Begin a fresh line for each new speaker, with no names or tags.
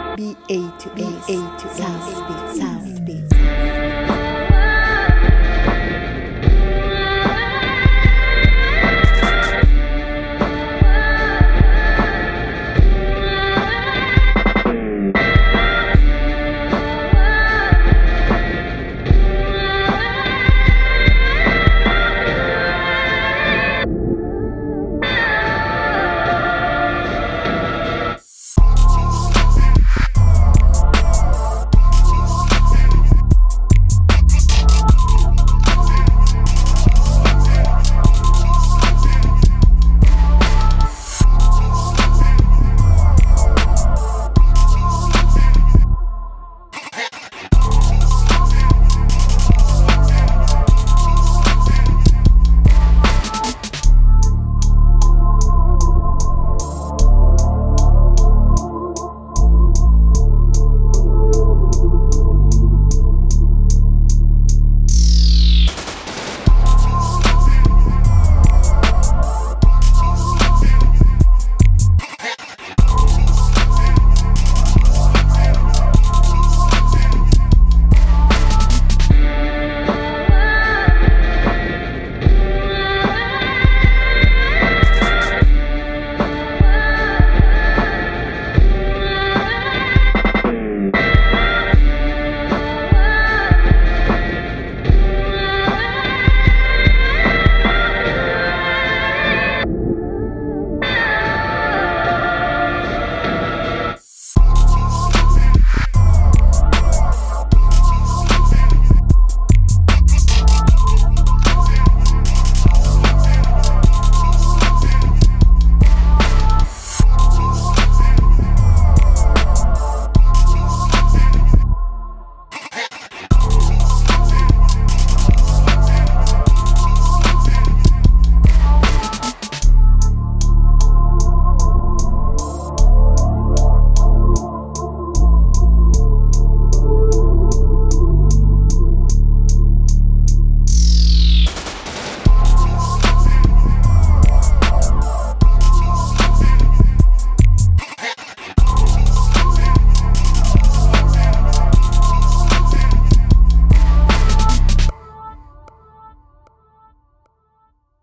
A to A, A to A, South Beat, South Beat.